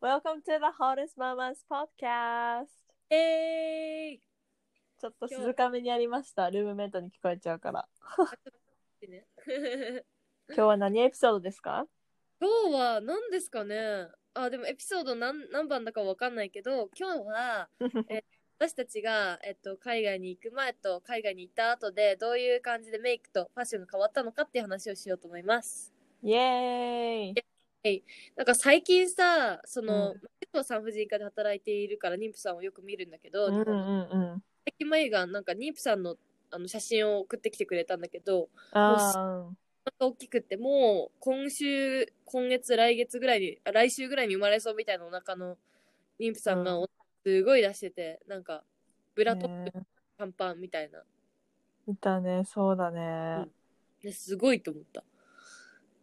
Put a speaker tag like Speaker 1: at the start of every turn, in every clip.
Speaker 1: Welcome to the Hottest Mamas Podcast!
Speaker 2: えー
Speaker 1: ちょっと静かめにやりました。ルームメイトに聞こえちゃうから。
Speaker 2: いね
Speaker 1: 今日は何エピソードですか
Speaker 2: 今日は何ですかねあ、でもエピソード何何番だかわかんないけど、今日 はえ私たちが、えっと、海外に行く前と海外に行った後でどういう感じでメイクとファッションが変わったのかっていう話をしようと思います。
Speaker 1: イエーイ
Speaker 2: なんか最近さ、その、
Speaker 1: うん
Speaker 2: 結構産婦人科で働いているから妊婦さんをよく見るんだけど、
Speaker 1: うん
Speaker 2: 日
Speaker 1: う
Speaker 2: 本の
Speaker 1: んうん。
Speaker 2: 最近まゆがなんか妊婦さんのあの写真を送ってきてくれたんだけど、
Speaker 1: あ
Speaker 2: なんか大きくってもう今週今月来月ぐらいにあ来週ぐらいに生まれそうみたいなお腹の妊婦さんが
Speaker 1: う
Speaker 2: おすごい出しててなんかブ
Speaker 1: あ。
Speaker 2: ラトップ
Speaker 1: ね
Speaker 2: 短パンみたいな、
Speaker 1: いたね、そうだね。
Speaker 2: ですごいと思った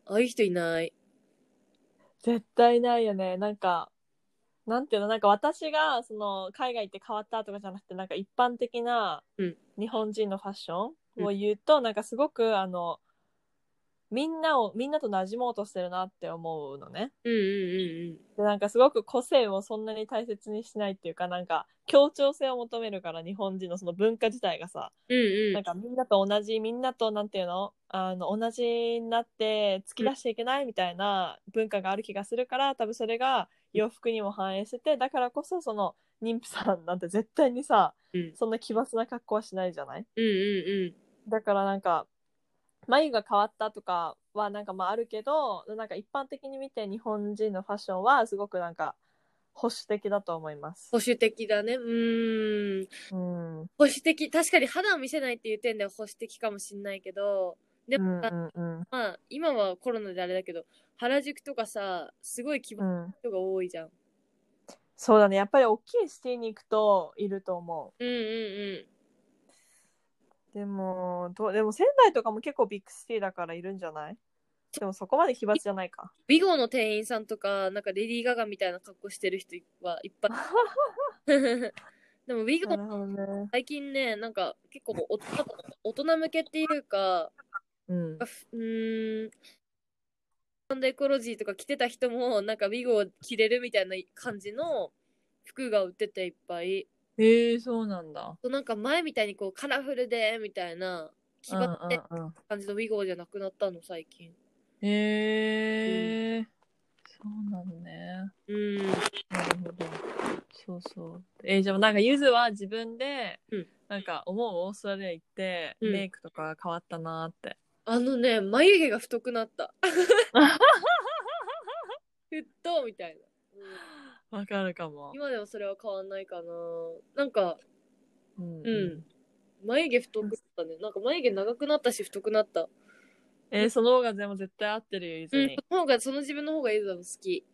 Speaker 2: ああいう人いない
Speaker 1: 絶対ないよね。なんか、なんていうの、なんか私が、その、海外行って変わったとかじゃなくて、なんか一般的な
Speaker 2: うん
Speaker 1: 日本人のファッションを言うと、なんかすごく、あの、みんなを、みんなと馴染もうとしてるなって思うのね。
Speaker 2: うんうんうん
Speaker 1: でなんかすごく個性をそんなに大切にしないっていうかなんか協調性を求めるから日本人のその文化自体がさ
Speaker 2: うんうんう
Speaker 1: なんんかみんなと同じみんなとなんていうのあの同じになって突き出していけないみたいな文化がある気がするから多分それが洋服にも反映しててだからこそその妊婦さんなんて絶対にさ
Speaker 2: うん
Speaker 1: そんな奇抜な格好はしないじゃない
Speaker 2: うんうん
Speaker 1: だからなんか眉が変わったとかはなんかまああるけどなんか一般的に見て日本人のファッションはすごくなんか保守的だと思います
Speaker 2: 保。守的だねうーん
Speaker 1: うん、うん
Speaker 2: 保守的確かに肌を見せないっていう点では保守的かもしんないけどで
Speaker 1: うんう
Speaker 2: も、
Speaker 1: ん
Speaker 2: まあ今はコロナであれだけど原宿とかさすごい希
Speaker 1: う
Speaker 2: 望の
Speaker 1: ん、
Speaker 2: 人が多いじゃん
Speaker 1: そうだねやっぱり大きいシティに行くといると思
Speaker 2: うんうんうん。
Speaker 1: うでもどうでも仙台とかも結構ビッグシティだからいるんじゃないでもそこまで奇抜じゃないか
Speaker 2: ビゴの店員さんとか、なんかレディー・ガガみたいな格好してる人はいっぱい。 でもビゴ
Speaker 1: なるほどね
Speaker 2: 最近ね、なんか結構大人大人向けっていうか、
Speaker 1: うん
Speaker 2: うーん、サンドエコロジーとか着てた人も、なんかビゴを着れるみたいな感じの服が売ってていっぱい。
Speaker 1: へえそうなんだ
Speaker 2: となんか前みたいにこうカラフルで、みたいな、奇
Speaker 1: うんう
Speaker 2: 抜って
Speaker 1: んうん
Speaker 2: 感じのビゴじゃなくなったの、最近。
Speaker 1: へえそうなのね
Speaker 2: うん。
Speaker 1: なるほど。そうそう。えーじゃあなんかゆずは自分で、
Speaker 2: うん
Speaker 1: なんか思うオーストラリア行って、
Speaker 2: うん
Speaker 1: メイクとか変わったなーって。
Speaker 2: あのね、眉毛が太くなった。ふっとみたいな、
Speaker 1: わ、かるかも。
Speaker 2: 今でもそれは変わんないかななんか
Speaker 1: うん
Speaker 2: うん眉毛太くなったねなんか眉毛長くなったし太くなった
Speaker 1: えーその方がでも絶対合ってるよ、ゆず
Speaker 2: うん
Speaker 1: に。
Speaker 2: その方がその自分の方がいいだも好き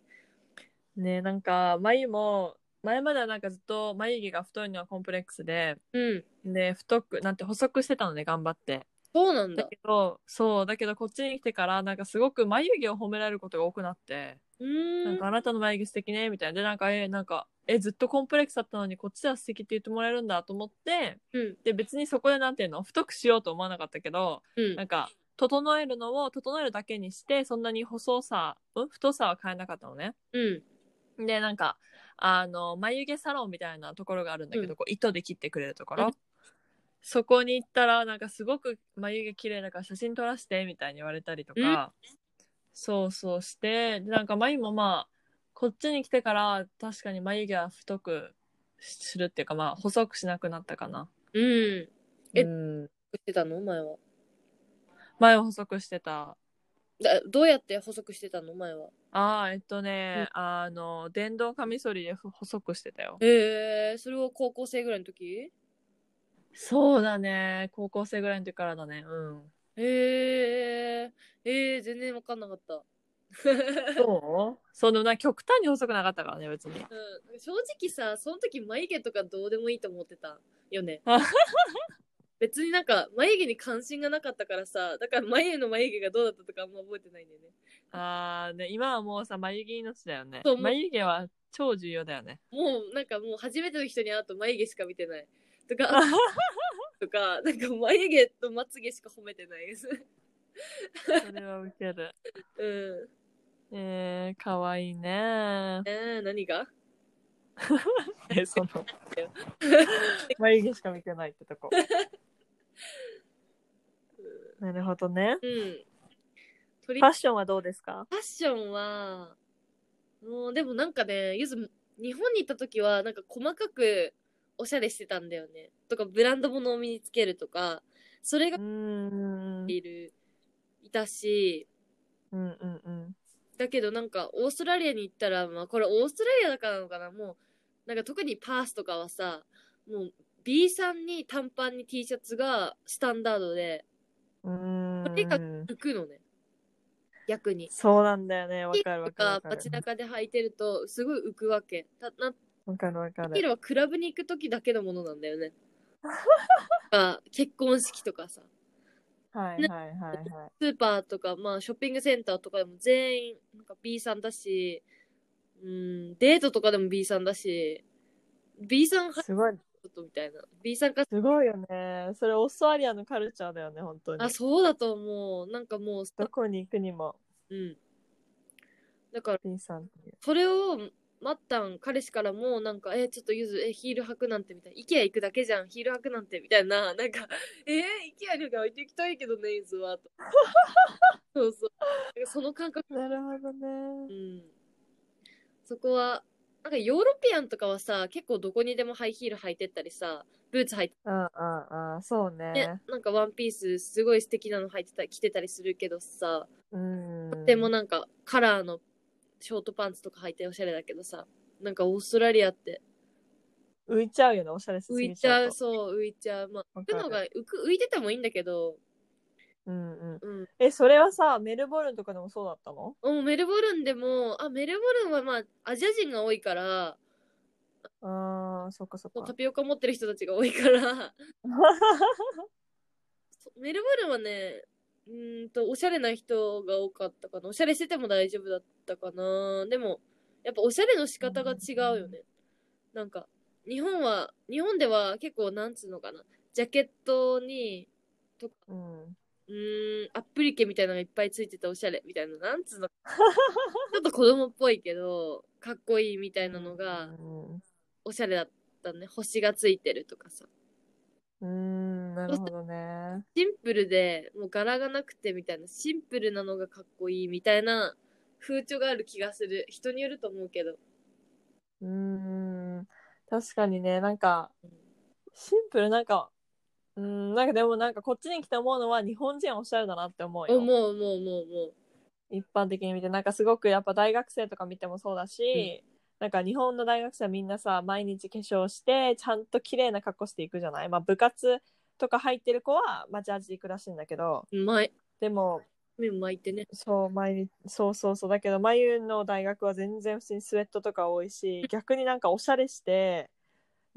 Speaker 1: ねえなんか、眉も、前まではなんかずっと眉毛が太いのはコンプレックスで、
Speaker 2: うん
Speaker 1: で、太く、なんて細くしてたのね、頑張って。
Speaker 2: そうなん
Speaker 1: だ
Speaker 2: だ
Speaker 1: けど、そう、だけどこっちに来てから、なんかすごく眉毛を褒められることが多くなって。
Speaker 2: うーん
Speaker 1: なんかあなたの眉毛素敵ねみたいなでなんかえなんかえずっとコンプレックスだったのにこっちでは素敵って言ってもらえるんだと思って
Speaker 2: うん
Speaker 1: で別にそこでなんていうの太くしようと思わなかったけど
Speaker 2: うん
Speaker 1: なんか整えるのを整えるだけにしてそんなに細さ、うん、太さは変えなかったのね
Speaker 2: うん
Speaker 1: でなんかあの眉毛サロンみたいなところがあるんだけど、
Speaker 2: うん
Speaker 1: こう糸で切ってくれるところ、
Speaker 2: うん
Speaker 1: そこに行ったらなんかすごく眉毛綺麗だから写真撮らせてみたいに言われたりとか、そうそうしてでなんか眉もまあこっちに来てから確かに眉毛は太くするっていうかまあ細くしなくなったかな。
Speaker 2: うんえ
Speaker 1: うん、
Speaker 2: してたの前は
Speaker 1: 前は細くしてた。
Speaker 2: だどうやって細くしてたの前は
Speaker 1: ああえっとね、あの電動カミソリでふ細くしてたよ。
Speaker 2: へえそれは高校生ぐらいの時
Speaker 1: そうだね高校生ぐらいの時からだねうん。
Speaker 2: へええー、全然わかんなかった
Speaker 1: そうそうでもなんか極端に細くなかったからね別に
Speaker 2: うん、正直さその時眉毛とかどうでもいいと思ってたよね別になんか眉毛に関心がなかったからさだから眉の眉毛がどうだったとかあんま覚えてないんだよね
Speaker 1: ああね今はもうさ眉毛命だよね
Speaker 2: そうもう
Speaker 1: 眉毛は超重要だ よね
Speaker 2: もうなんかもう初めての人に会うと眉毛しか見てないとかとかなんか眉毛とまつ毛しか褒めてないです
Speaker 1: それはウケる
Speaker 2: うん
Speaker 1: えー、かわいいね。
Speaker 2: えー、何が
Speaker 1: え、 その、眉毛しか見てないってとこ。 なるほどね。
Speaker 2: うん。と
Speaker 1: フ
Speaker 2: り
Speaker 1: ァッ
Speaker 2: フ
Speaker 1: ションはどうですか
Speaker 2: ァッションは、もうでもなんかね、ゆず、日本に行った時は、なんか細かくおしゃれしてたんだよね。とか、ブランド物を身につけるとか、それ
Speaker 1: う
Speaker 2: が
Speaker 1: ーん。うん
Speaker 2: いる、いたし、
Speaker 1: うんうん。
Speaker 2: だけどなんかオーストラリアに行ったら、まあこれオーストラリアだからなのかな、もう、なんか特にパースとかはさ、もう B さんに短パンに T シャツがスタンダードで、
Speaker 1: うーん
Speaker 2: とにか浮くのね。逆に。
Speaker 1: そうなんだよね。わ
Speaker 2: ヒ
Speaker 1: かる
Speaker 2: ー
Speaker 1: わ
Speaker 2: ルと
Speaker 1: かる
Speaker 2: か
Speaker 1: わかる。
Speaker 2: 街中で履いてると、すごい浮くわけ。たな
Speaker 1: わかるわか
Speaker 2: ヒー
Speaker 1: る。
Speaker 2: ルはクラブに行く時だけのものなんだよね。あ結婚式とかさ、
Speaker 1: はいはいはいはい。
Speaker 2: スーパーとか、まあショッピングセンターとかでも全員、なんか B さんだし、うん、デートとかでも B さんだし、B さん入
Speaker 1: すごい、
Speaker 2: るとみたいな。B さんか、
Speaker 1: すごいよね。それオーストラリアのカルチャーだよね、本当に
Speaker 2: あ、。そうだと思う。なんかもう、
Speaker 1: どこに行くにも、
Speaker 2: うん。だから、
Speaker 1: B さんっていう。
Speaker 2: それを待ったん彼氏からもなんか「えちょっとゆずえヒール履くなんて」みたいな「IKEA 行くだけじゃんヒール履くなんて」みたいな なんか「えー、IKEA に置いていきたいけどねゆずは」 とそうそうなんかその感覚
Speaker 1: なるほど
Speaker 2: う
Speaker 1: ね。
Speaker 2: んそこはなんかヨーロピアンとかはさ結構どこにでもハイヒール履いてったりさブーツ履いて
Speaker 1: うんうんうん、そう
Speaker 2: ね
Speaker 1: ね。
Speaker 2: なんかワンピースすごい素敵なの履いてたり着てたりするけどさ
Speaker 1: うん。
Speaker 2: でもなんかカラーのショートパンツとか履いておしゃれだけどさなんかオーストラリアって
Speaker 1: 浮いちゃうよね、おしゃれしす
Speaker 2: 浮い
Speaker 1: ぎ
Speaker 2: ち
Speaker 1: ち
Speaker 2: ゃ
Speaker 1: ゃ
Speaker 2: う、
Speaker 1: うと。
Speaker 2: そう、浮いちゃう。まあ、
Speaker 1: わ
Speaker 2: 浮く
Speaker 1: か
Speaker 2: のが
Speaker 1: る
Speaker 2: 浮く、浮いててもいいんだけど、
Speaker 1: うんうん。
Speaker 2: うん。
Speaker 1: え、それはさ、メルボルンとかでもそうだったの
Speaker 2: もうメルボルンでも、あ、メルボルンはまあ、アジア人が多いから、
Speaker 1: ああ、そっかそっ
Speaker 2: タ
Speaker 1: か。
Speaker 2: ピオカ持ってる人たちが多いから、 そメルボルンはね、うーんと、おしゃれな人が多かったかな。おしゃれしてても大丈夫だったかな。でも、やっぱおしゃれの仕方が違うよね。なんか、日本は、日本では結構、なんつうのかな。ジャケットに、とか、
Speaker 1: うん。
Speaker 2: うーん、アップリケみたいなのがいっぱいついてておしゃれみたいな、なんつうの。ちょっと子供っぽいけど、かっこいいみたいなのが
Speaker 1: うん
Speaker 2: おしゃれだったね。星がついてるとかさ。
Speaker 1: うん、なるほどね。
Speaker 2: シンプルで、もう柄がなくてみたいな、シンプルなのがかっこいいみたいな風潮がある気がする。人によると思うけど。
Speaker 1: うん。確かにね、なんか、シンプルなんか、うん、なんかでもなんかこっちに来て思うのは日本人はおしゃれだなって思う
Speaker 2: 思
Speaker 1: よ。
Speaker 2: う思う思う思
Speaker 1: 一般的に見て、なんかすごくやっぱ大学生とか見てもそうだし、なんか日本の大学生はみんなさ、毎日化粧して、ちゃんと綺麗な格好していくじゃないまあ部活とか入ってる子は、まあジャージで行くらしいんだけど、
Speaker 2: う。前、
Speaker 1: でも、
Speaker 2: 目を巻いてね。
Speaker 1: そう、毎日、そうそうそう、だけど、眉の大学は全然普通にスウェットとか多いし、逆になんかおしゃれして、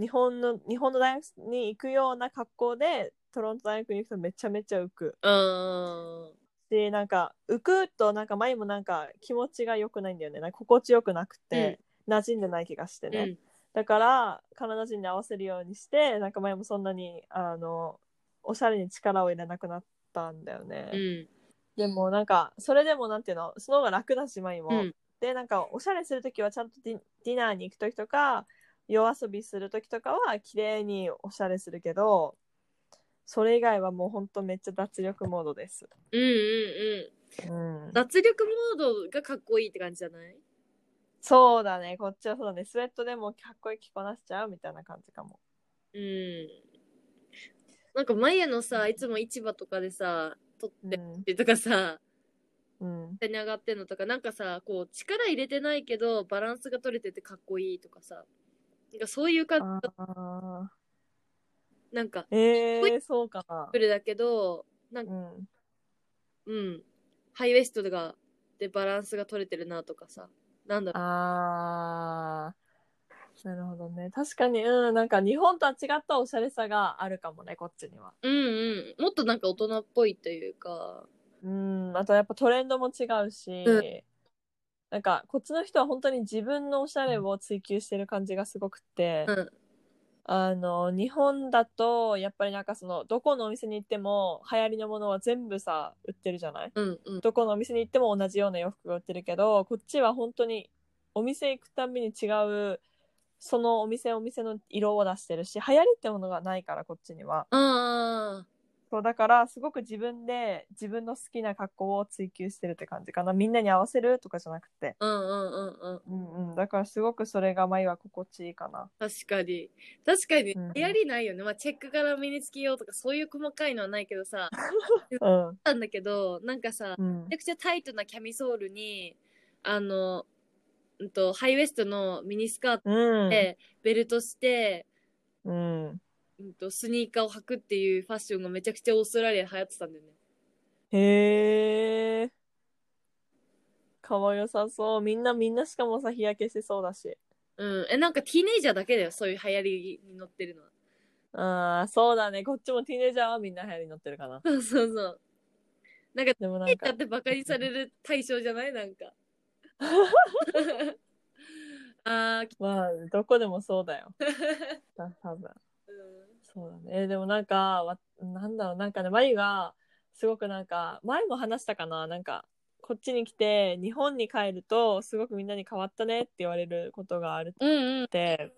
Speaker 1: 日本の、日本の大学に行くような格好で、トロント大学に行くとめちゃめちゃ浮く。
Speaker 2: あ
Speaker 1: で、なんか、浮くと、なんか眉もなんか気持ちが良くないんだよね。なんか心地よくなくて、馴染んでない気がして
Speaker 2: ー。
Speaker 1: ね。
Speaker 2: うん。
Speaker 1: だから、カナダ人に合わせるようにして、なんか眉もそんなに、あの、おしゃれに力を入れなくなったんだよね。
Speaker 2: うん。
Speaker 1: でもなんかそれでもなんていうのその方が楽だしマイも、
Speaker 2: うん
Speaker 1: でなんかおしゃれするときはちゃんとディディナーに行くときとか夜遊びするときとかは綺麗におしゃれするけどそれ以外はもうほんとめっちゃ脱力モードです、
Speaker 2: うんうんうん。
Speaker 1: うん、
Speaker 2: 脱力モードがかっこいいって感じじゃない
Speaker 1: そうだねこっちはそうだねスウェットでもかっこいい着こなしちゃうみたいな感じかも
Speaker 2: うん。なんか、マヤのさ、いつも市場とかでさ、撮
Speaker 1: う
Speaker 2: って
Speaker 1: ん、
Speaker 2: るとかさ、
Speaker 1: うん、
Speaker 2: 手に上がってんのとか、なんかさ、こう、力入れてないけど、バランスが取れててかっこいいとかさ、なんかそういう感
Speaker 1: ああ
Speaker 2: じ、なんか、
Speaker 1: えー、そうかな
Speaker 2: プルだけど、なん
Speaker 1: う
Speaker 2: か、
Speaker 1: ん
Speaker 2: うん、ハイウエストが、でバランスが取れてるなとかさ、なんだろう。
Speaker 1: あーなるほどね確かにうんなんか日本とは違ったおしゃれさがあるかもねこっちには
Speaker 2: うんうん。もっとなんか大人っぽいというか、
Speaker 1: うんあとやっぱトレンドも違うし、
Speaker 2: う
Speaker 1: なんかこっちの人は本当に自分のおしゃれを追求してる感じがすごくって、
Speaker 2: うん。
Speaker 1: あの日本だとやっぱりなんかそのどこのお店に行っても流行りのものは全部さ売ってるじゃない
Speaker 2: うんうん。
Speaker 1: どこのお店に行っても同じような洋服が売ってるけどこっちは本当にお店行くたびに違うそのお店お店の色を出してるし流行りってものがないからこっちには
Speaker 2: ああ。
Speaker 1: そうだからすごく自分で自分の好きな格好を追求してるって感じかなみんなに合わせるとかじゃなくて
Speaker 2: うんうんうんうん。
Speaker 1: うんうんだからすごくそれがまあは心地いいかな
Speaker 2: 確かに。確かに
Speaker 1: うん、
Speaker 2: やりないよね。まあ、チェック柄身につけようとか、そういう細かいのはないけ どさ、
Speaker 1: うん
Speaker 2: なんだけど、なんかさ、
Speaker 1: うん
Speaker 2: めちゃくちゃタイトなキャミソールに、あの、うんと、ハイウエストのミニスカート
Speaker 1: うん
Speaker 2: で、ベルトして、
Speaker 1: うん
Speaker 2: うんと、スニーカーを履くっていうファッションがめちゃくちゃオーストラリアで流行ってたんだよね。
Speaker 1: へえかわよさそうみんなみんなしかもさ日焼けしてそうだし
Speaker 2: うん。え、なんかティーネイジャーだけだよ、そういう流行りに乗ってるの は。
Speaker 1: ああ、そうだね。こっちもティーネイジャーはみんな流行りに乗ってるかな。
Speaker 2: そうそうそう。
Speaker 1: でもな
Speaker 2: テ
Speaker 1: ん
Speaker 2: ィーネイジャ
Speaker 1: か
Speaker 2: ーっ、てバカにされる対象じゃないな んか。 あー、き
Speaker 1: まあ、どこでもそうだよ。た多分そうだね。えーでもなんか、わなんだろう、なんかね、マユが、すごくなんか、前も話したかな、なんか、こっちに来て、日本に帰ると、すごくみんなに変わったねって言われることがあるっ
Speaker 2: うん、うんうん。
Speaker 1: て、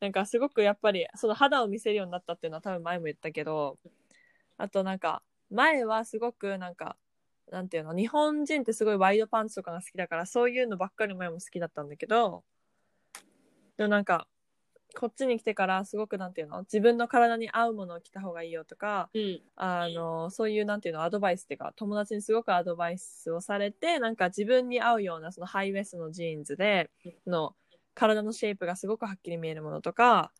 Speaker 1: なんかすごくやっぱり、その肌を見せるようになったっていうのは多分前も言ったけど、あとなんか、前はすごくなんか、なんていうの、日本人ってすごいワイドパンツとかが好きだから、そういうのばっかり前も好きだったんだけど、でもなんか、こっちに来てからすごくなんていうの、自分の体に合うものを着た方がいいよとか、
Speaker 2: うん。
Speaker 1: あの、そういうなんていうの、アドバイスっていうか、友達にすごくアドバイスをされて、なんか自分に合うようなそのハイウエストのジーンズで、の体のシェイプがすごくはっきり見えるものとか、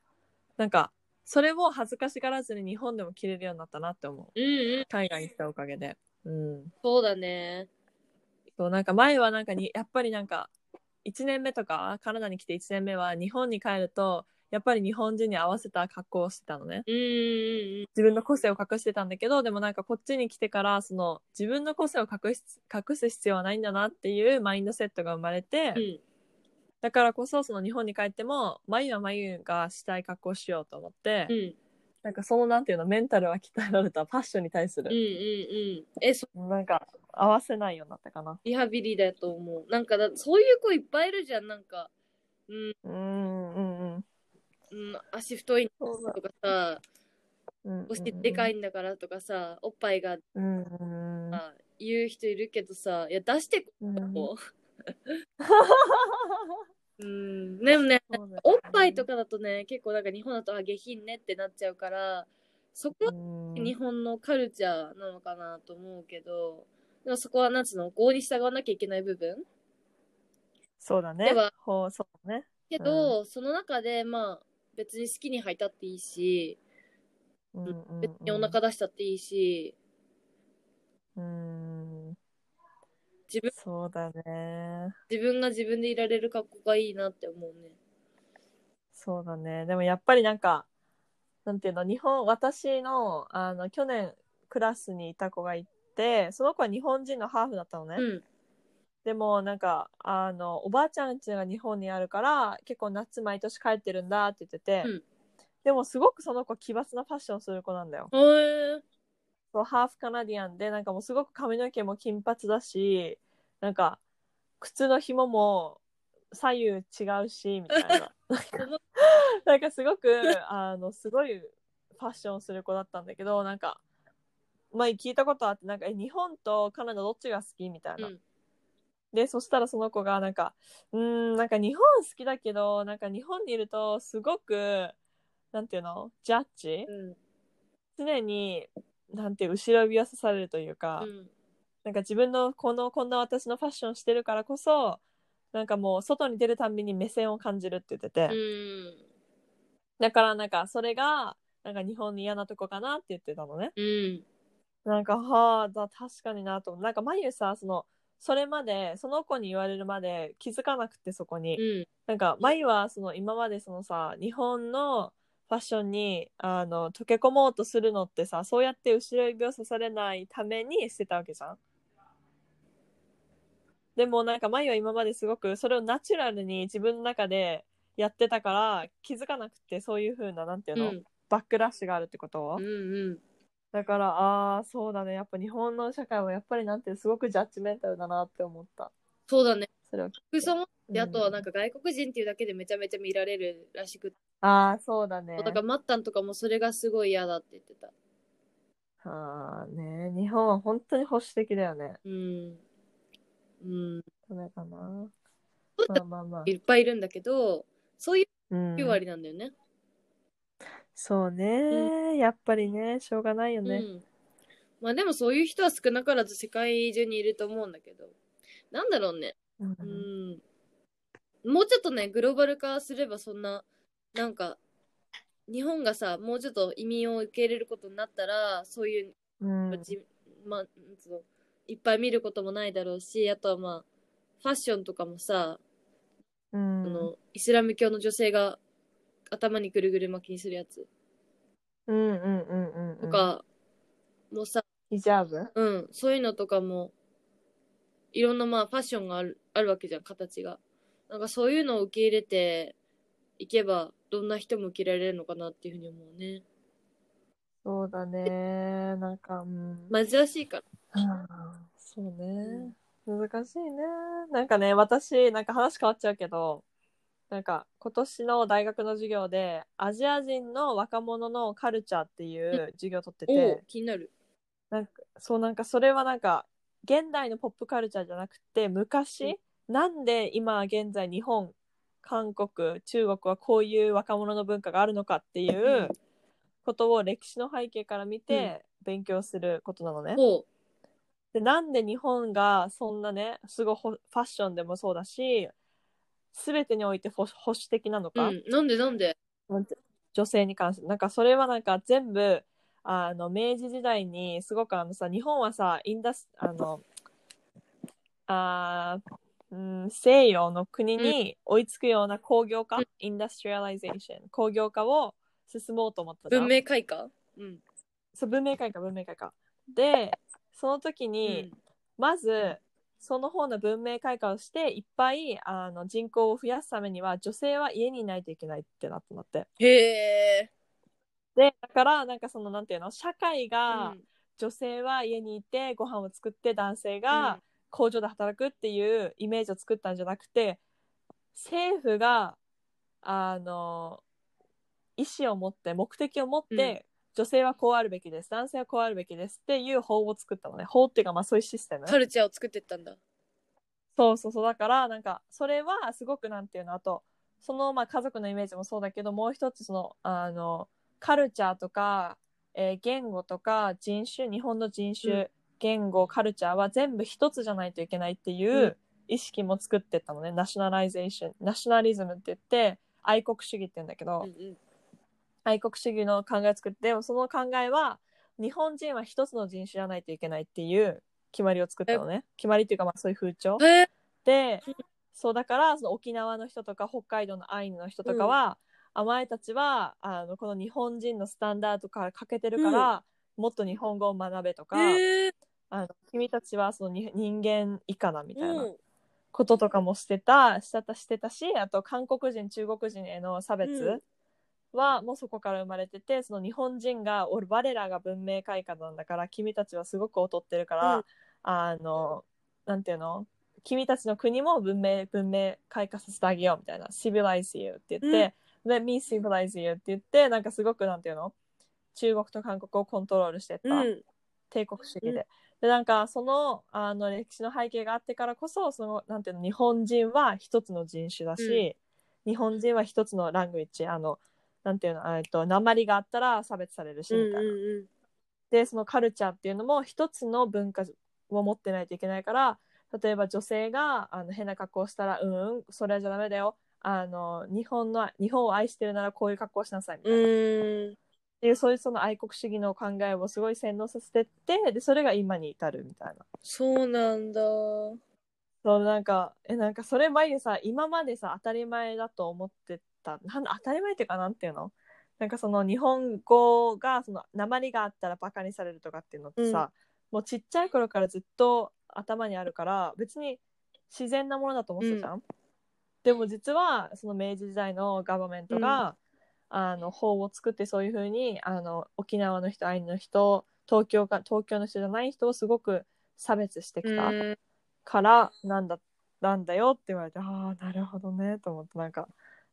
Speaker 1: なんか、それを恥ずかしがらずに日本でも着れるようになったなって思う。
Speaker 2: うんうん。
Speaker 1: 海外に来たおかげで。うん。
Speaker 2: そうだね。
Speaker 1: そう、なんか前はなんかに、やっぱりなんか、1年目とか、カナダに来て1年目は日本に帰ると、やっぱり日本人に合わせた格好をしてたのね。
Speaker 2: うんうんうん。
Speaker 1: 自分の個性を隠してたんだけど、でもなんかこっちに来てから、その自分の個性を隠す、隠す必要はないんだなっていうマインドセットが生まれて、
Speaker 2: うん。
Speaker 1: だからこそその日本に帰っても、眉は眉がしたい格好をしようと思って、
Speaker 2: うん。
Speaker 1: なんかそのなんていうの、メンタルは鍛えられたファッションに対す
Speaker 2: うんうん
Speaker 1: る、
Speaker 2: うん。え、そ
Speaker 1: なんか合わせないようになったかな。
Speaker 2: リハビリだと思う。なんかだ、そういう子いっぱいいるじゃん。なんか、
Speaker 1: うん、うん、うん。
Speaker 2: うん、足太い
Speaker 1: そうだ
Speaker 2: とかさ、
Speaker 1: うんうん
Speaker 2: お尻でかいんだからとかさ、おっぱいが、
Speaker 1: うんうん
Speaker 2: あ言う人いるけどさ、いや、出して
Speaker 1: うんそ
Speaker 2: こう。うん。でもね、
Speaker 1: うだよね
Speaker 2: おっぱいとかだとね、結構なんか日本だと、あ、下品ねってなっちゃうから、そこは
Speaker 1: うん
Speaker 2: 日本のカルチャーなのかなと思うけど、でもそこはなんつうの、合に従わなきゃいけない部分
Speaker 1: そうだね
Speaker 2: では
Speaker 1: ほうそうだね
Speaker 2: けど、その中で、まあ、別に好きに履いたっていいし、
Speaker 1: うんうん
Speaker 2: 別にお腹出したっていいし、
Speaker 1: うん
Speaker 2: 自分、
Speaker 1: そうだね
Speaker 2: 自分が自分でいられる格好がいいなって思うね。
Speaker 1: そうだねでもやっぱりなんかなんていうの日本私のあの去年クラスにいた子がいてその子は日本人のハーフだったのね、
Speaker 2: うん。
Speaker 1: でもなんかあのおばあちゃん家が日本にあるから結構夏毎年帰ってるんだって言ってて、
Speaker 2: うん
Speaker 1: でもすごくその子奇抜なファッションする子なんだよ
Speaker 2: へえ
Speaker 1: そうハーフカナディアンでなんかもうすごく髪の毛も金髪だしなんか靴の紐も左右違うしみたい ななんかすごくあのすごいファッションする子だったんだけどなんか前聞いたことあってなんかえ日本とカナダどっちが好きみたいな、
Speaker 2: うん
Speaker 1: でそしたらその子がなんかうーんなんか日本好きだけどなんか日本にいるとすごくなんていうのジャッジ、
Speaker 2: うん。
Speaker 1: 常になんて後ろ指を刺されるというか、
Speaker 2: うん。
Speaker 1: なんか自分のこのこんな私のファッションしてるからこそなんかもう外に出るたんびに目線を感じるって言ってて、
Speaker 2: うん。
Speaker 1: だからなんかそれがなんか日本に嫌なとこかなって言ってたのね
Speaker 2: うん。
Speaker 1: なんかはあだ確かになと思うなんかまゆさそのそれまでその子に言われるまで気づかなくてそこに、
Speaker 2: うん。
Speaker 1: なんかまゆはその今までそのさ日本のファッションにあの溶け込もうとするのってさそうやって後ろ指を刺されないためにしてたわけじゃん。でもなんかまゆは今まですごくそれをナチュラルに自分の中でやってたから気づかなくてそういう風ななんていう
Speaker 2: う
Speaker 1: の、
Speaker 2: ん
Speaker 1: バックラッシュがあるってこと、
Speaker 2: うんうん
Speaker 1: だからああそうだねやっぱ日本の社会はやっぱりなんていうすごくジャッジメンタルだなって思った
Speaker 2: そうだね
Speaker 1: それを聞い
Speaker 2: 服
Speaker 1: て
Speaker 2: 装もであとはなん
Speaker 1: か、
Speaker 2: か外国人っていうだけでめちゃめちゃ見られるらしくて、
Speaker 1: ああそうだね
Speaker 2: だからマッタンとかもそれがすごい嫌だって言ってた
Speaker 1: あーね日本は本当に保守的だよね
Speaker 2: うんうん
Speaker 1: ダメかな
Speaker 2: そういう人
Speaker 1: まあまあまあ
Speaker 2: いっぱいいるんだけどそういう
Speaker 1: うん
Speaker 2: 9割なんだよね、
Speaker 1: そうねやっぱりねしょうがないよ
Speaker 2: うん
Speaker 1: ね、
Speaker 2: まあでもそういう人は少なからず世界中にいると思うんだけどなんだろうね
Speaker 1: うん
Speaker 2: うんもうちょっとねグローバル化すればそんななんか日本がさもうちょっと移民を受け入れることになったらそういう、
Speaker 1: うん
Speaker 2: じまあなんつうのいっぱい見ることもないだろうしあとはまあファッションとかもさ、
Speaker 1: うん
Speaker 2: あのイスラム教の女性が頭にぐるぐる巻きにするやつ
Speaker 1: うんうんうんうんう
Speaker 2: と
Speaker 1: ん
Speaker 2: かもさ、
Speaker 1: ヒジャブ
Speaker 2: うん、そういうのとかも、いろんなまあファッションがあるあるわけじゃん、形が。なんかそういうのを受け入れていけば、どんな人も受け入れられるのかなっていうふうに思うね。
Speaker 1: そうだねなんかうん
Speaker 2: 珍しいから。
Speaker 1: はあそうね。難しいね。なんかね、私、なんか話変わっちゃうけど、なんか今年の大学の授業で、アジア人の若者のカルチャーっていう授業を取って
Speaker 2: おう
Speaker 1: て、
Speaker 2: 気になる。
Speaker 1: なんか、そうなんかそれはなんか、現代のポップカルチャーじゃなくて、昔、なんで今現在日本、韓国、中国はこういう若者の文化があるのかってい
Speaker 2: うん
Speaker 1: うことを歴史の背景から見て勉強することなのね。
Speaker 2: おう。
Speaker 1: でなんで日本がそんなねすごいほファッションでもそうだし全てにおいて保保守的なの
Speaker 2: う
Speaker 1: か、
Speaker 2: ん。なんでなんで
Speaker 1: 女性に関してなんかそれはなんか全部あの明治時代にすごくあのさ日本はさインダスあのあーうん、西洋の国に追いつくような工業化、
Speaker 2: うん
Speaker 1: インダストリアライゼーション工業化を進もうと思ったじゃん
Speaker 2: 文明開化うん。
Speaker 1: そう文明開化文明開化でその時
Speaker 2: う
Speaker 1: に、
Speaker 2: ん。
Speaker 1: まずその方の文明開化をしていっぱいあの人口を増やすためには女性は家にいないといけないってなったんだって。
Speaker 2: へえ。
Speaker 1: でだからなんかそのなんていうの社会
Speaker 2: う
Speaker 1: が
Speaker 2: ん。
Speaker 1: 女性は家にいてご飯を作って男性が工場で働くっていうイメージを作ったんじゃなくて政府があの意思を持って目的を持って、
Speaker 2: うん
Speaker 1: 女性はこうあるべきです男性はこうあるべきですっていう法を作ったのね法っていうかまあそういうシステム
Speaker 2: カルチャーを作ってったんだ。
Speaker 1: そうそうそうだからなんかそれはすごくなんていうのあとそのまあ家族のイメージもそうだけどもう一つそのあのカルチャーとか、えー言語とか人種日本の人種、
Speaker 2: うん
Speaker 1: 言語カルチャーは全部一つじゃないといけないっていうう意識も作ってったのね、ナショナライゼーションナショナリズムって言って愛国主義って言うんだけど、
Speaker 2: うんうん。
Speaker 1: 愛国主義の考えを作ってでもその考えは日本人は一つの人種じゃないといけないっていう決まりを作ったのね決まりっていうかまあそういう風潮。
Speaker 2: へえ。
Speaker 1: でそうだからその沖縄の人とか北海道のアイヌの人とかは、甘えたちはあのこの日本人のスタンダードから欠けてるから、もっと日本語を学べとか、
Speaker 2: へえ。
Speaker 1: あの君たちはそのに人間以下だみたいな
Speaker 2: うん。
Speaker 1: こととかもしてたしたたしてたしあと韓国人中国人への差
Speaker 2: うん
Speaker 1: 別はもうそこから生まれてて、その日本人が俺我らが文明開化なんだから君たちはすごく劣ってるから、
Speaker 2: うん
Speaker 1: あのなんていうの君たちの国も文明文明開化させてあげようみたいな「civilize you」って言って「let me civilize you」って言ってなんかすごくなんていうの中国と韓国をコントロールしてった。
Speaker 2: うん。
Speaker 1: 帝国主義で。
Speaker 2: うん
Speaker 1: でなんかそのあの歴史の背景があってからこそそのなんていうの日本人は一つの人種だし、日本人は一つのラングイッチあのなんていうのえっと鉛があったら差別されるし
Speaker 2: う
Speaker 1: みたい
Speaker 2: ん
Speaker 1: な。
Speaker 2: うん
Speaker 1: でそのカルチャーっていうのも一つの文化を持ってないといけないから例えば女性があの変な格好をしたらうんうんそれじゃダメだよあの日本の日本を愛してるならこういう格好をしなさいみたいな。
Speaker 2: うん。うん。
Speaker 1: っていうそういうその愛国主義の考えをすごい洗脳させてってでそれが今に至るみたいな
Speaker 2: そうなんだ。
Speaker 1: そうなんかえなんかそれ前にさ今までさ当たり前だと思ってたなん当たり前っていうかなんていうのなんかその日本語がその鉛があったらバカにされるとかっていうのってさ、もうちっちゃい頃からずっと頭にあるから別に自然なものだと思ってたじゃん、でも実はその明治時代のガバメントが、あの法を作ってそういうふうにあの沖縄の人アイヌの人東京か東京の人じゃない人をすごく差別してきた
Speaker 2: うん
Speaker 1: からなんだ,、なんだよって言われてああなるほどねと思ってなんか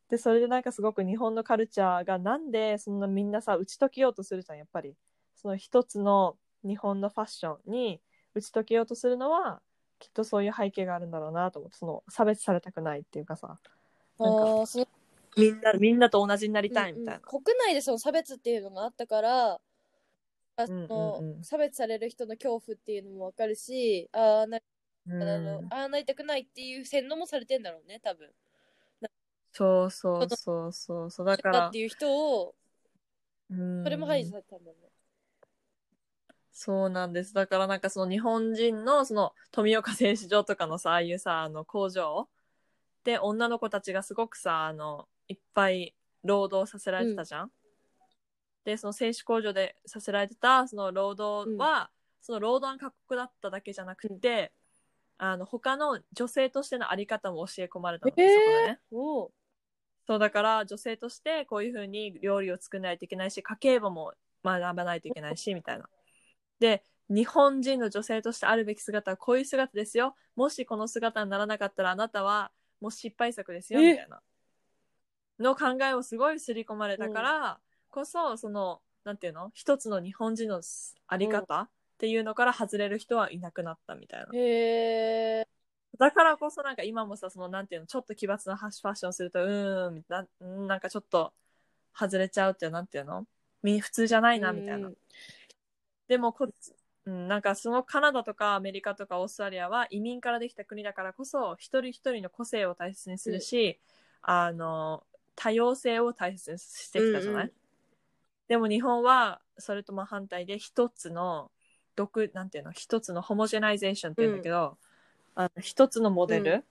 Speaker 1: でそれでなんかすごく日本のカルチャーがなんでそんなみんなさ打ち解けようとするじゃんやっぱりその一つの日本のファッションに打ち解けようとするのはきっとそういう背景があるんだろうなと思ってその差別されたくないっていうかさ
Speaker 2: ああ、そう
Speaker 1: みんなみんなと同じになりたいみたいな、
Speaker 2: うんうん国内でその差別っていうのがあったから、あその
Speaker 1: うんうんうん
Speaker 2: 差別される人の恐怖っていうのもわかるし、ああ、な
Speaker 1: うん
Speaker 2: あのああなりたくないっていう洗脳もされてんだろうね、多分。
Speaker 1: そうそうそうそうそうだか
Speaker 2: だ
Speaker 1: ら
Speaker 2: っていう人を、
Speaker 1: うん
Speaker 2: それも排除されたんだね。
Speaker 1: そうなんです。だからなんかその日本人のその富岡製糸場とかのさ、ああいうさ、あの工場で女の子たちがすごくさ、あの、いっぱい労働させられてたじゃん、で、その製糸工場でさせられてたその労働は、その労働が過酷だっただけじゃなくて、あの、他の女性としてのあり方も教え込まれたの、
Speaker 2: えー
Speaker 1: そこでね。
Speaker 2: おう
Speaker 1: そうだから女性としてこういうふうに料理を作らないといけないし家計簿も学ばないといけないしみたいな。で日本人の女性としてあるべき姿はこういう姿ですよもしこの姿にならなかったらあなたはもう失敗作ですよ
Speaker 2: え
Speaker 1: みたいなの考えをすごい刷り込まれたからこそそのなんていうの一つの日本人のあり方っていうのから外れる人はいなくなったみたいな。
Speaker 2: へえ。
Speaker 1: だからこそなんか今もさそのなんていうのちょっと奇抜なファッファッションするとうーんなうんなんかちょっと外れちゃうっていうなんていうのみ普通じゃないなみたいな、
Speaker 2: うん
Speaker 1: でもこっち、うん、なんかそのカナダとかアメリカとかオーストラリアは移民からできた国だからこそ一人一人の個性を大切にするし、あの多様性を大切にしてきたじゃない、
Speaker 2: うんうん
Speaker 1: でも日本はそれとも反対で一つの独なんていうの一つのホモジェナイゼーションって言うんだけど、あの一つのモデル、
Speaker 2: う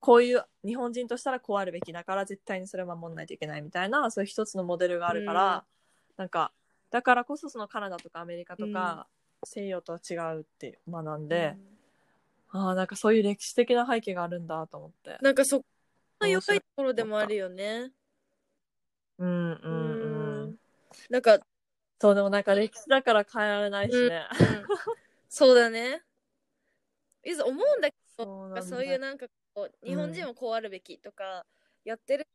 Speaker 1: こういう日本人としたらこうあるべきだから絶対にそれを守らないといけないみたいなそういう一つのモデルがあるから、
Speaker 2: うん
Speaker 1: なんかだからこそそのカナダとかアメリカとか、西洋とは違うって学んで、ああなんかそういう歴史的な背景があるんだと思って。
Speaker 2: なんかそこの
Speaker 1: 面
Speaker 2: 弱
Speaker 1: 白
Speaker 2: い
Speaker 1: い
Speaker 2: ところでもあるよね。
Speaker 1: うんう
Speaker 2: うん
Speaker 1: うん。
Speaker 2: なんか、
Speaker 1: そうでもなんか歴史だから変えられないしね。
Speaker 2: そうだね。いざ思うんだけ
Speaker 1: そうなん
Speaker 2: ど、
Speaker 1: だ
Speaker 2: そういうなんかこう、日本人はこうあるべきとか、やってる。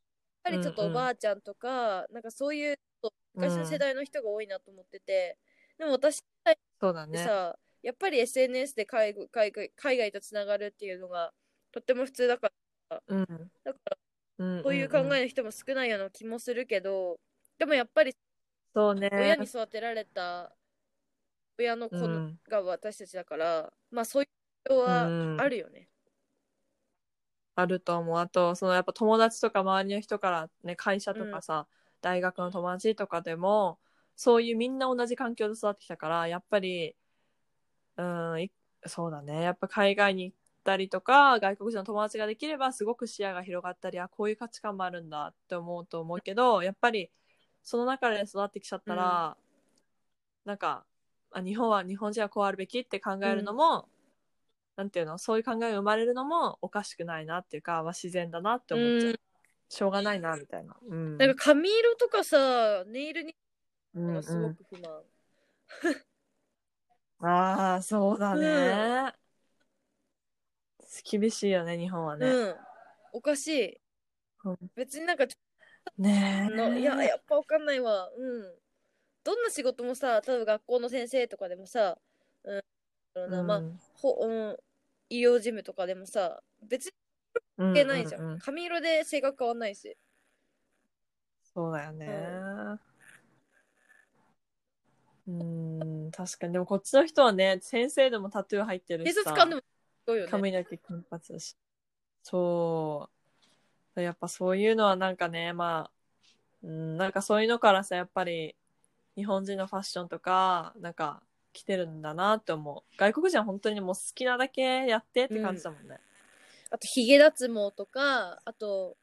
Speaker 2: やっぱりちょっと
Speaker 1: うんう
Speaker 2: お
Speaker 1: ん
Speaker 2: ばあちゃんとか、なんかそういう昔の世代の人が多いなと思ってて、でも
Speaker 1: う
Speaker 2: 私
Speaker 1: んそうだ
Speaker 2: って
Speaker 1: ね。
Speaker 2: さ、やっぱり SNS で海外海外海外とつながるっていうのがとっても普通だから、
Speaker 1: うん。
Speaker 2: だから
Speaker 1: うんん
Speaker 2: そういう考えの人も少ないような気もするけど、でもやっぱり
Speaker 1: そうね。
Speaker 2: 親に育てられた親の子
Speaker 1: う
Speaker 2: の
Speaker 1: ん
Speaker 2: が私たちだから、まあそういう人は
Speaker 1: うん
Speaker 2: あるよね。
Speaker 1: あると思う。あと、そのやっぱ友達とか周りの人からね、会社とかさ、大学の友達とかでも、そういうみんな同じ環境で育ってきたから、やっぱり、うん、いそうだね。やっぱ海外に行ったりとか、外国人の友達ができれば、すごく視野が広がったり、あ、こういう価値観もあるんだって思うと思うけど、やっぱり、その中で育ってきちゃったら、なんか、あ日本は日本人はこうあるべきって考えるのも、なんていうのそういう考えが生まれるのもおかしくないなっていうか、まあ、自然だなって思っちゃう、
Speaker 2: うん
Speaker 1: しょうがないなみたいな、うん、
Speaker 2: なんか髪色とかさ、ネイルに
Speaker 1: うんう
Speaker 2: のが
Speaker 1: ん
Speaker 2: すごく不満。
Speaker 1: ああそうだね、厳しいよね日本は
Speaker 2: うん。
Speaker 1: ね、
Speaker 2: おかしい
Speaker 1: うん。
Speaker 2: 別になんか
Speaker 1: ねえ
Speaker 2: のいややっぱわかんないわうんどんな仕事もさ多分学校の先生とかでもさうんだろうな、まあ
Speaker 1: うん
Speaker 2: ほ、うん、医療事務とかでもさ別に関係ないじゃん,、
Speaker 1: ううう
Speaker 2: 髪色で性格変わんないし
Speaker 1: そうだよねうん確かにでもこっちの人はね先生でもタトゥー入ってる
Speaker 2: 警
Speaker 1: しさ
Speaker 2: 察官でもすごいよね
Speaker 1: 髪の毛金髪だし。そう。やっぱそういうのはなんかね、まあ、うん、なんかそういうのからさ、やっぱり日本人のファッションとか、なんか来てるんだなって思う。外国人は本当にもう好きなだけやってって感じだもんね。
Speaker 2: あとヒゲ脱毛とかあと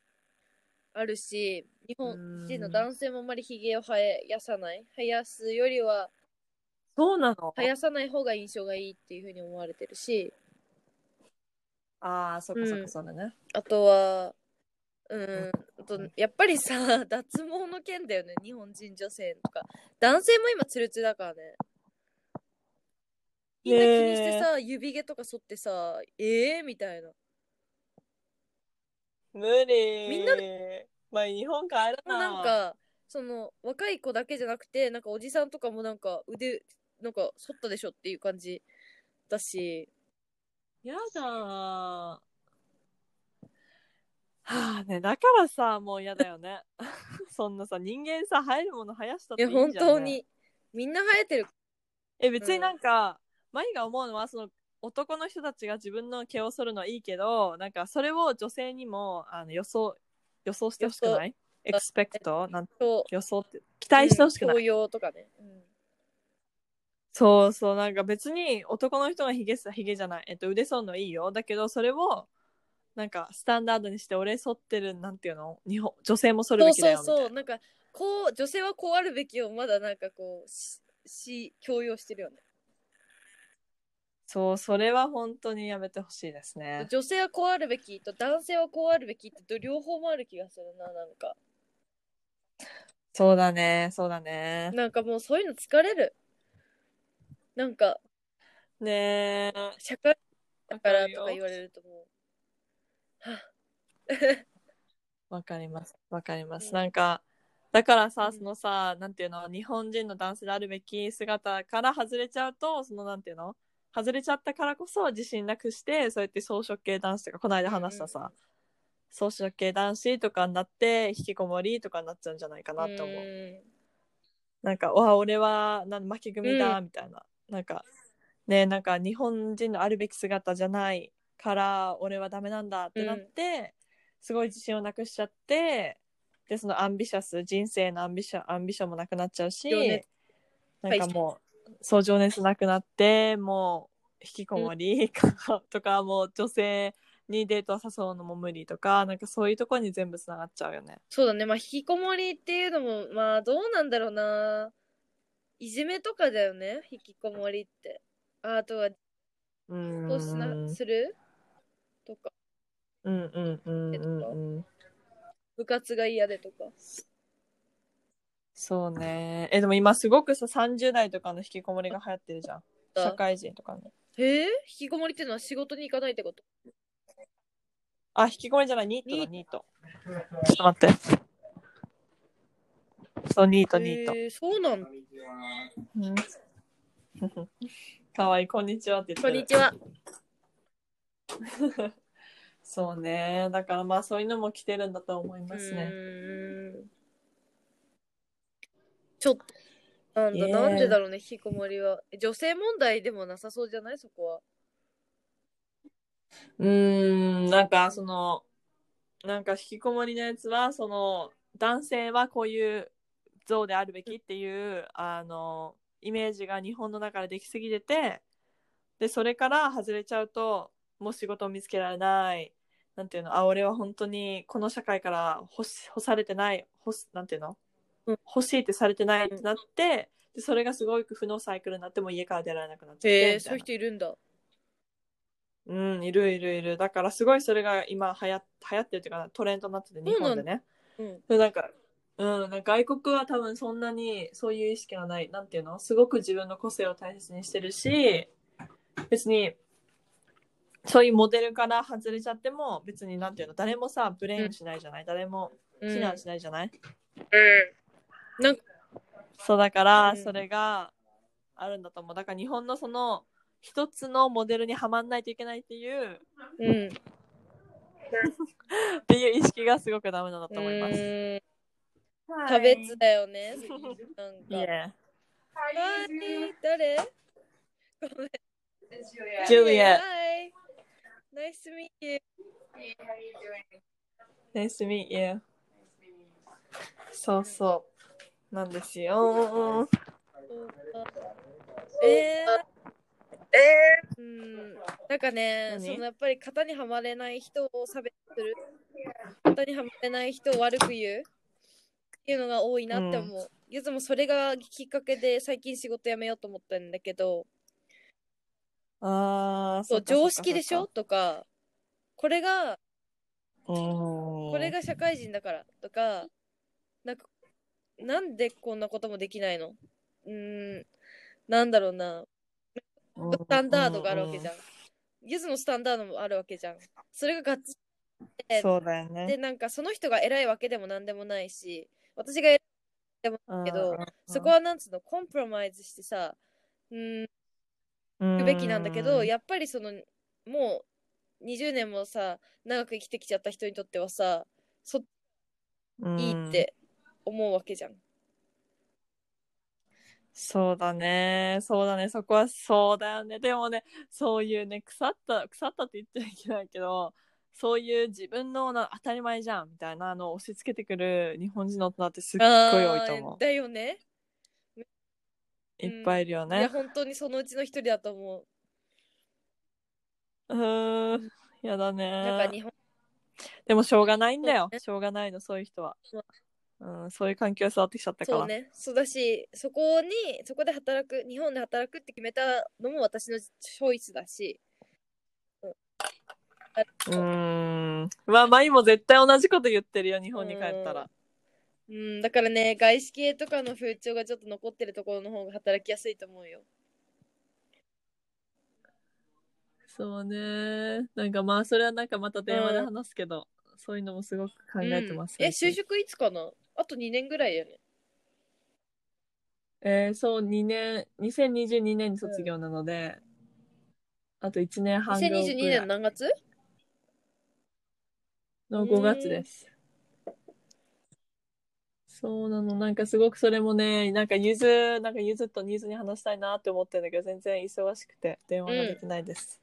Speaker 2: あるし日本
Speaker 1: うん
Speaker 2: 人の男性もあんまりヒゲを生やさない生やすよりは
Speaker 1: そうなの
Speaker 2: 生やさない方が印象がいいっていうふうに思われてるし
Speaker 1: ああ、そっかそっかそれね。
Speaker 2: あとは、うん、あと、やっぱりさ、 脱毛の件だよね、日本人女性とか。男性も今、ツルツルだからね。みんな気にしてさ、指毛とか剃ってさ、ええー、みたいな。
Speaker 1: 無理
Speaker 2: みんな
Speaker 1: で。まあ、日本帰らな。
Speaker 2: なん、か、その、若い子だけじゃなくて、なんかおじさんとかもなんか腕、なんか剃ったでしょっていう感じだし、
Speaker 1: やだー。はあね、だからさ、もう嫌だよね。 そんなさ、人間さ、生えるもの生やしたっ
Speaker 2: い
Speaker 1: てい
Speaker 2: や、
Speaker 1: いじゃん、
Speaker 2: 本
Speaker 1: ね。
Speaker 2: 当。に、みんな生えてる。
Speaker 1: え、別になんか、マイが思うのは、その、男の人たちが自分の毛を剃るのはいいけど、なんか、それを女性にも、あの、予想、予想してほしくないエクスペクトなん
Speaker 2: と、
Speaker 1: 予想って、期待してほしくない、
Speaker 2: うん教養とかね。うん
Speaker 1: そうそう、なんか別に男の人がヒゲさ、ヒゲじゃない、えっと、腕剃るのいいよ。だけど、それを、なんか、スタンダードにして、俺剃ってる、なんていうの日本、女性も剃る
Speaker 2: そ
Speaker 1: べ
Speaker 2: う
Speaker 1: きだ
Speaker 2: そう
Speaker 1: よ。
Speaker 2: そう
Speaker 1: み
Speaker 2: なんかこう女性はこうあるべきをまだなんかこうしし強要してるよね
Speaker 1: そう、それは本当にやめてほしいですね。
Speaker 2: 女性はこうあるべきと男性はこうあるべきってど両方もある気がするななんか
Speaker 1: そうだね、そうだね。
Speaker 2: なんかもうそういうの疲れるなんか
Speaker 1: ねえ。
Speaker 2: 社会だから
Speaker 1: わか
Speaker 2: とか
Speaker 1: るよ
Speaker 2: 言われるともうはっ
Speaker 1: わかります。わかりま
Speaker 2: う
Speaker 1: す。
Speaker 2: ん
Speaker 1: なんか、だから
Speaker 2: う
Speaker 1: さ、
Speaker 2: ん
Speaker 1: そのさ、なんていうの、日本人の男性であるべき姿から外れちゃうと、そのなんていうの、外れちゃったからこそ自信なくして、そうやって草食系男子とか、この間話した
Speaker 2: うんうん
Speaker 1: さ、草食系男子とかになって、引きこもりとかになっちゃうんじゃないかなと思う。
Speaker 2: うん
Speaker 1: なんか、わあ、俺は、なん負け組だ、
Speaker 2: う
Speaker 1: みたいな。なんか、ね、なんか日本人のあるべき姿じゃないから、俺はダメなんだってなって、すごい自信をなくしちゃって、で、そのアンビシャス、人生のアンビシャ、アンビションもなくなっちゃうし
Speaker 2: 情熱、
Speaker 1: なんかもう、そう情熱なくなって、もう、引きこもりか とか、もう女性にデートを誘うのも無理とか、なんかそういうとこに全部つながっちゃうよね。
Speaker 2: そうだねまあ引きこもりっていうのもまあどうなんだろうないじめとかだよね引きこもりってあとは
Speaker 1: うーん。
Speaker 2: をすなするとか
Speaker 1: うんうんうんうんうん。
Speaker 2: 部活が嫌でとか
Speaker 1: そうね。え、でも今すごくさ、30代とかの引きこもりが流行ってるじゃん。社会人とかね。
Speaker 2: へえ引きこもりっていうのは仕事に行かないってこと
Speaker 1: あ、引きこもりじゃない、ニートだ、ニート。ちょっと待って。そう、ニート、ニート。
Speaker 2: へえそうなんだ
Speaker 1: うん かわいい、こんにちはって言っ
Speaker 2: こ
Speaker 1: て
Speaker 2: ん
Speaker 1: る
Speaker 2: に。ちは
Speaker 1: そうね。だからまあそういうのも来てるんだと思いうますね。
Speaker 2: ーんちょっとなんだ、
Speaker 1: ねえ
Speaker 2: なんでだろうね引きこもりは女性問題でもなさそうじゃないそこは
Speaker 1: うーん、なんかその、なんか引きこもりのやつは、その、男性はこういう像であるべきっていう、あの、イメージが日本の中でできすぎてて、で、それから外れちゃうと、もう仕事を見つけられない、なんていうの、あ、俺は本当にこの社会から干し干されてない、干す、なんていうの
Speaker 2: うん
Speaker 1: 欲しいってされてないってなって、で、それがすごく負のサイクルになって、もう家から出られなくなっちゃって、
Speaker 2: へえ
Speaker 1: みた
Speaker 2: そ
Speaker 1: い
Speaker 2: ういう
Speaker 1: な
Speaker 2: 人いるんだ
Speaker 1: うん、いるいるいる。だからすごいそれが今流行流行ってるっていうかトレンドになってて、日本でね。
Speaker 2: うん
Speaker 1: でなんか、うん、なんか外国は多分そんなにそういう意識がない。なんていうのすごく自分の個性を大切にしてるし、別に、そういうモデルから外れちゃっても、別になんていうの誰もさ、ブレインしないじゃない誰も
Speaker 2: うん
Speaker 1: 非難しないじゃない、そうだか
Speaker 2: う
Speaker 1: ら、
Speaker 2: ん
Speaker 1: それがあるんだと思う。だから日本のその、一つのモデルにはまんないといけないっていう
Speaker 2: うん
Speaker 1: っていう意識がすごくダメなんだと思いま
Speaker 2: う
Speaker 1: す。
Speaker 2: ーん差別だよねなん
Speaker 1: いい
Speaker 2: かはい
Speaker 1: ね。
Speaker 2: 誰
Speaker 1: ジュリエ
Speaker 2: Hi. Nice to meet you.
Speaker 1: Nice to meet you. そうそう。なんですよ。
Speaker 2: えー、うん。なんかね、
Speaker 1: 何
Speaker 2: そのやっぱり型にはまれない人を差別する。型にはまれない人を悪く言う。っていうのが多いなって思う。ゆずもそれがきっかけで最近仕事辞めようと思ったんだけど、
Speaker 1: ああ、
Speaker 2: そう
Speaker 1: っかっかっか
Speaker 2: 常識でしょとか、これが
Speaker 1: こ
Speaker 2: これが社会人だからとかなんかなんでこんなこともできないのうーんなんだろうなスタンダードがあるわけじゃん。ゆずのスタンダードもあるわけじゃん。それが合致して
Speaker 1: そうだよ
Speaker 2: で
Speaker 1: ね。
Speaker 2: なんかその人が偉いわけでも何でもないし私が偉いでもないけど
Speaker 1: うん
Speaker 2: そこはなんつうのコンプロマイズしてさうん行くべきなんだけどやっぱりそのもう20年もさ長く生きてきちゃった人にとってはさそいいっ
Speaker 1: うん。
Speaker 2: て思うわけじゃん。
Speaker 1: そうだね。そうだね。そこはそうだよね。でもね、そういうね、腐った、腐ったって言っちゃいけないけど、そういう自分のな当たり前じゃんみたいなのを押し付けてくる日本人の大人ってすっごい多いと
Speaker 2: あ
Speaker 1: 思
Speaker 2: ーだよね。
Speaker 1: う。
Speaker 2: ー
Speaker 1: いっぱいいるよ
Speaker 2: いや
Speaker 1: ね。
Speaker 2: 本当にそのうちの一人だと思
Speaker 1: う
Speaker 2: う。
Speaker 1: ーん。やだ
Speaker 2: なんか
Speaker 1: ね。
Speaker 2: 日本
Speaker 1: でもしょうがないんだよ
Speaker 2: そう。ね
Speaker 1: しょうがないの、そういう人は。うん、そういう環境で育ってきちゃったか
Speaker 2: そう
Speaker 1: ら。
Speaker 2: ねそうだしそこにそこで働く日本で働くって決めたのも私のチョイスだし
Speaker 1: うーん。まあ、まあ、今絶対同じこと言ってるよ、日本に帰ったら。
Speaker 2: うんだからね外資系とかの風潮がちょっと残ってるところの方が働きやすいと思うよ
Speaker 1: そうね。なんかまあ、それはなんかまた電話で話すけど、そういうのもすごく考えてます。
Speaker 2: うんえ就
Speaker 1: 最近
Speaker 2: 職いつかなあと2年ぐらいだよね
Speaker 1: えーそう、2年、2022年に卒業なので、あと1年半後ぐら
Speaker 2: 2022年の
Speaker 1: い
Speaker 2: 何月
Speaker 1: の5月です。そうなの、なんかすごくそれもね、なんかゆず、なんかゆずとニーズに話したいなって思ってるんだけど、全然忙しくて電話ができないです。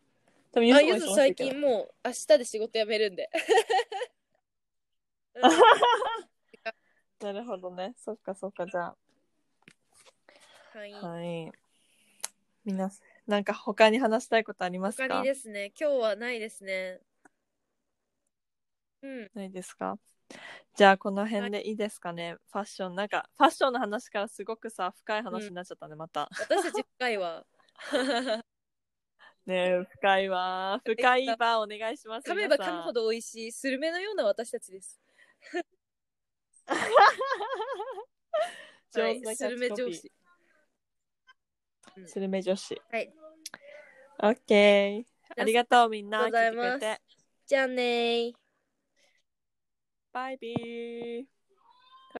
Speaker 1: 多分
Speaker 2: あ
Speaker 1: ゆ
Speaker 2: ゆ
Speaker 1: ず
Speaker 2: ず
Speaker 1: も忙し
Speaker 2: 最
Speaker 1: いけど
Speaker 2: 近もう明日で仕事辞める んでうん
Speaker 1: なるほどね。そっかそっか、じゃあ。
Speaker 2: はい
Speaker 1: はい。皆さん、なんか他に話したいことあります
Speaker 2: 他
Speaker 1: か
Speaker 2: にですね今日はないですねうん
Speaker 1: ないですかじゃあ、この辺でいいですかね。ファッション、なんか、ファッションの話からすごくさ、深い話になっちゃったね、また。
Speaker 2: 私たち深 いわ
Speaker 1: ねえ深いわー。深いバーお願いします。
Speaker 2: 噛めば
Speaker 1: 皆さ
Speaker 2: 噛
Speaker 1: ん
Speaker 2: むほ。ど美味しいスルメのような私たちです。
Speaker 1: 上手な
Speaker 2: はい
Speaker 1: キ
Speaker 2: ス
Speaker 1: ャッ
Speaker 2: ル
Speaker 1: チ
Speaker 2: メ
Speaker 1: コ
Speaker 2: 上
Speaker 1: ピー
Speaker 2: 司。
Speaker 1: スルメ女子。
Speaker 2: はい。
Speaker 1: オッケー。ありがとう、みんな。
Speaker 2: ありがとうござい
Speaker 1: 聞いてくれ
Speaker 2: ま
Speaker 1: て
Speaker 2: す。じゃあねー。
Speaker 1: バイビー。